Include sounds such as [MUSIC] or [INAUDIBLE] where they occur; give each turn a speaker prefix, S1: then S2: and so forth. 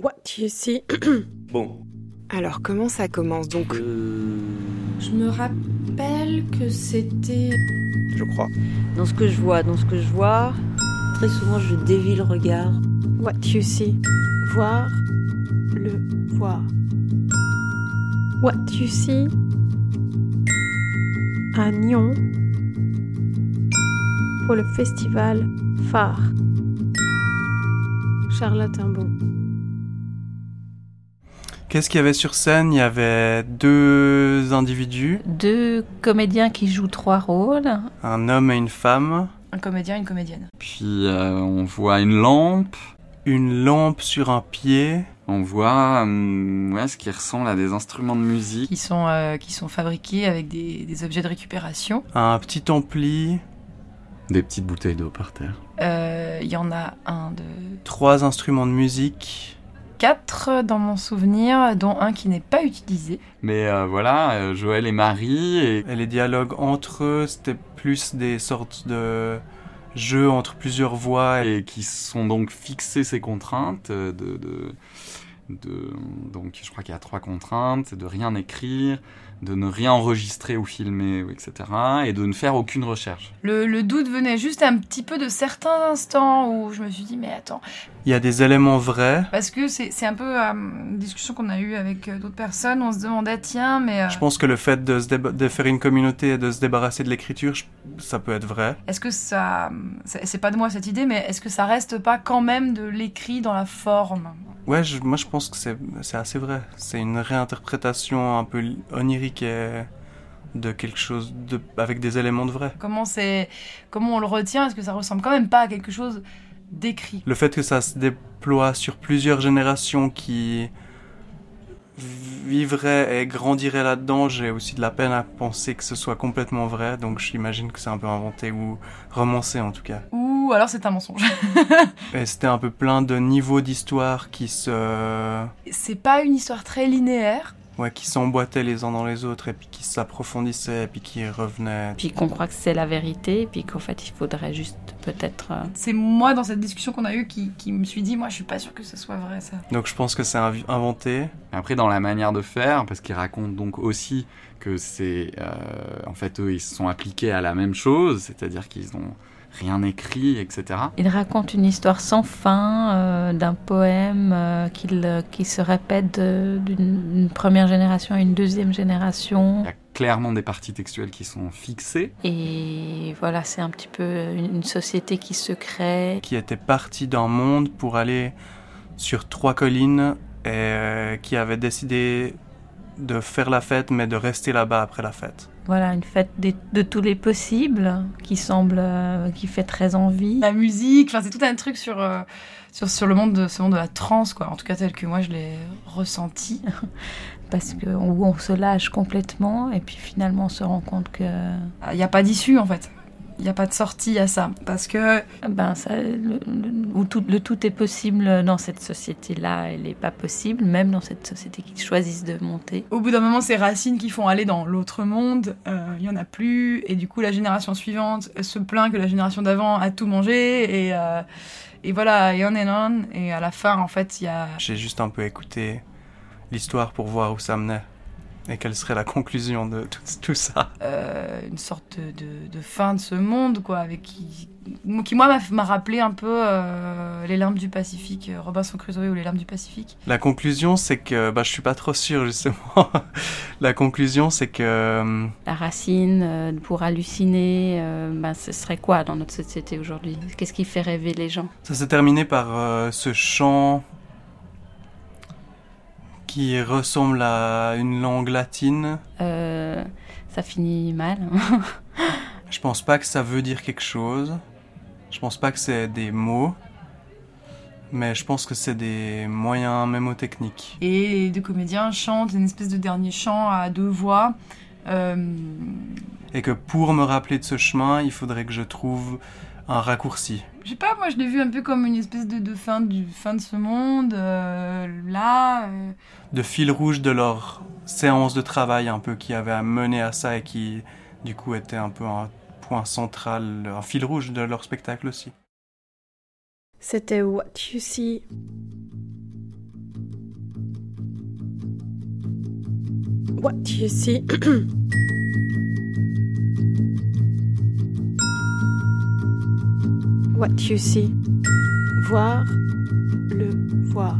S1: What you see
S2: Bon.
S3: Alors comment ça commence donc
S2: Euh,
S4: Je me rappelle que c'était.
S2: Je crois.
S5: Dans ce que je vois, dans ce que je vois, très souvent je dévie le regard.
S1: What you see Voir le voir. What you see à Nyon pour le festival phare. Charlotte Imbaud.
S6: Qu'est-ce qu'il y avait sur scène Il y avait deux individus,
S7: Deux comédiens qui jouent trois rôles.
S6: un homme et une femme,
S4: Un comédien, une comédienne.
S8: Puis euh, on voit une lampe,
S6: une lampe sur un pied,
S8: on voit hum, ouais, ce qui ressemble à des instruments de musique.
S7: qui sont, euh, qui sont fabriqués avec des, des objets de récupération.
S6: un petit ampli,
S8: Des petites bouteilles d'eau par terre.
S7: Euh, Il y en a un, deux,
S6: trois instruments de musique.
S7: quatre dans mon souvenir, dont un qui n'est pas utilisé.
S8: Mais euh, voilà, euh, Joël et Marie, et
S6: Et les dialogues entre eux, c'était plus des sortes de jeux entre plusieurs voix. Et
S8: et qui se sont donc fixés ces contraintes euh, de, de, de- donc je crois qu'il y a trois contraintes de rien écrire de ne rien enregistrer ou filmer ou etc et de ne faire aucune recherche
S7: Le, le doute venait juste un petit peu de certains instants où je me suis dit, mais attends,
S6: il y a des éléments vrais.
S7: parce que c'est c'est un peu euh, une discussion qu'on a eue avec euh, d'autres personnes, on se demandait, tiens, mais euh,
S6: Je pense que le fait de, se déba- de faire une communauté et de se débarrasser de l'écriture, je- ça peut être vrai.
S7: est-ce que ça... C'est c'est pas de moi cette idée, mais est-ce que ça reste pas quand même de l'écrit dans la forme
S6: Ouais, je- moi je pense que c'est c'est assez vrai. C'est une réinterprétation un peu li- onirique et de quelque chose de, avec des éléments de vrai.
S7: Comment c'est, comment on le retient Est-ce que ça ressemble quand même pas à quelque chose d'écrit
S6: Le fait que ça se déploie sur plusieurs générations qui vivraient et grandiraient là-dedans, j'ai aussi de la peine à penser que ce soit complètement vrai, donc j'imagine que c'est un peu inventé ou romancé en tout cas.
S7: Ou alors c'est un mensonge [LAUGHS]
S6: Et c'était un peu plein de niveaux d'histoire qui se...
S7: C'est pas une histoire très linéaire.
S6: Ouais, qui s'emboîtaient les uns dans les autres et puis qui s'approfondissaient et puis qui revenaient.
S9: Puis qu'on croit que c'est la vérité, puis qu'en fait, il faudrait juste peut-être. euh,
S7: C'est moi dans cette discussion qu'on a eue qui, qui me suis dit, moi je suis pas sûre que ce soit vrai ça.
S6: Donc je pense que c'est inv- inventé.
S8: après dans la manière de faire parce qu'ils racontent donc aussi que c'est euh, en fait eux ils se sont appliqués à la même chose c'est-à-dire qu'ils ont rien écrit etc
S9: Il raconte une histoire sans fin euh, d'un poème euh, qu'il, euh, qui se répète de- d'une d'une première génération à une deuxième génération.
S8: il y a clairement des parties textuelles qui sont fixées
S9: Et voilà, c'est un petit peu une, une société qui se crée.
S6: qui était parti d'un monde pour aller sur trois collines et euh, qui avait décidé de faire la fête mais de rester là-bas après la fête.
S9: Voilà, une fête des- de tous les possibles qui semble, euh, qui fait très envie.
S7: La musique, enfin c'est tout un truc sur euh, sur, sur le monde de ce monde de la trance quoi. En tout cas tel que moi je l'ai ressenti.
S9: Parce que où on se lâche complètement et puis finalement on se rend compte que
S7: Il y a pas d'issue en fait. Il y a pas de sortie à ça parce que
S9: Ben, ça, le, le- où tout, le tout est possible dans cette société-là, elle n'est pas possible, même dans cette société qu'ils choisissent de monter.
S7: au bout d'un moment, ces racines qui font aller dans l'autre monde, euh, il y en a plus. Et du coup, la génération suivante se plaint que la génération d'avant a tout mangé. Et, euh, et voilà, et on and on. Et à la fin, en fait, il y a.
S6: J'ai juste un peu écouté l'histoire pour voir où ça menait et quelle serait la conclusion de tout, tout ça.
S7: euh, une sorte de, de- de fin de ce monde, quoi, avec qui, qui moi, m'a- m'a rappelé un peu euh, les larmes du Pacifique, euh, Robinson Crusoe ou les larmes du Pacifique.
S6: La conclusion c'est que bah je suis pas trop sûr justement. [LAUGHS] la conclusion c'est que euh,
S9: La racine euh, pour halluciner, euh, ben, ce serait quoi dans notre société aujourd'hui Qu'est-ce qui fait rêver les gens
S6: Ça s'est terminé par euh, ce chant qui ressemble à une langue latine.
S9: Euh, Ça finit mal. hein.
S6: Je pense pas que ça veut dire quelque chose. Je pense pas que c'est des mots. Mais je pense que c'est des moyens mémotechniques.
S7: Et les deux comédiens chantent une espèce de dernier chant à deux voix. euh,
S6: Et que pour me rappeler de ce chemin, il faudrait que je trouve un raccourci.
S7: je sais pas, moi je l'ai vu un peu comme une espèce de, de fin, du, fin de ce monde, euh, là. euh,
S6: De fil rouge de leur séance de travail un peu qui avait mené à ça et qui du coup était un peu un point central, un fil rouge de leur spectacle aussi.
S1: C'était What You See What you see. [CLEARS THROAT] What you see. Voir le voir.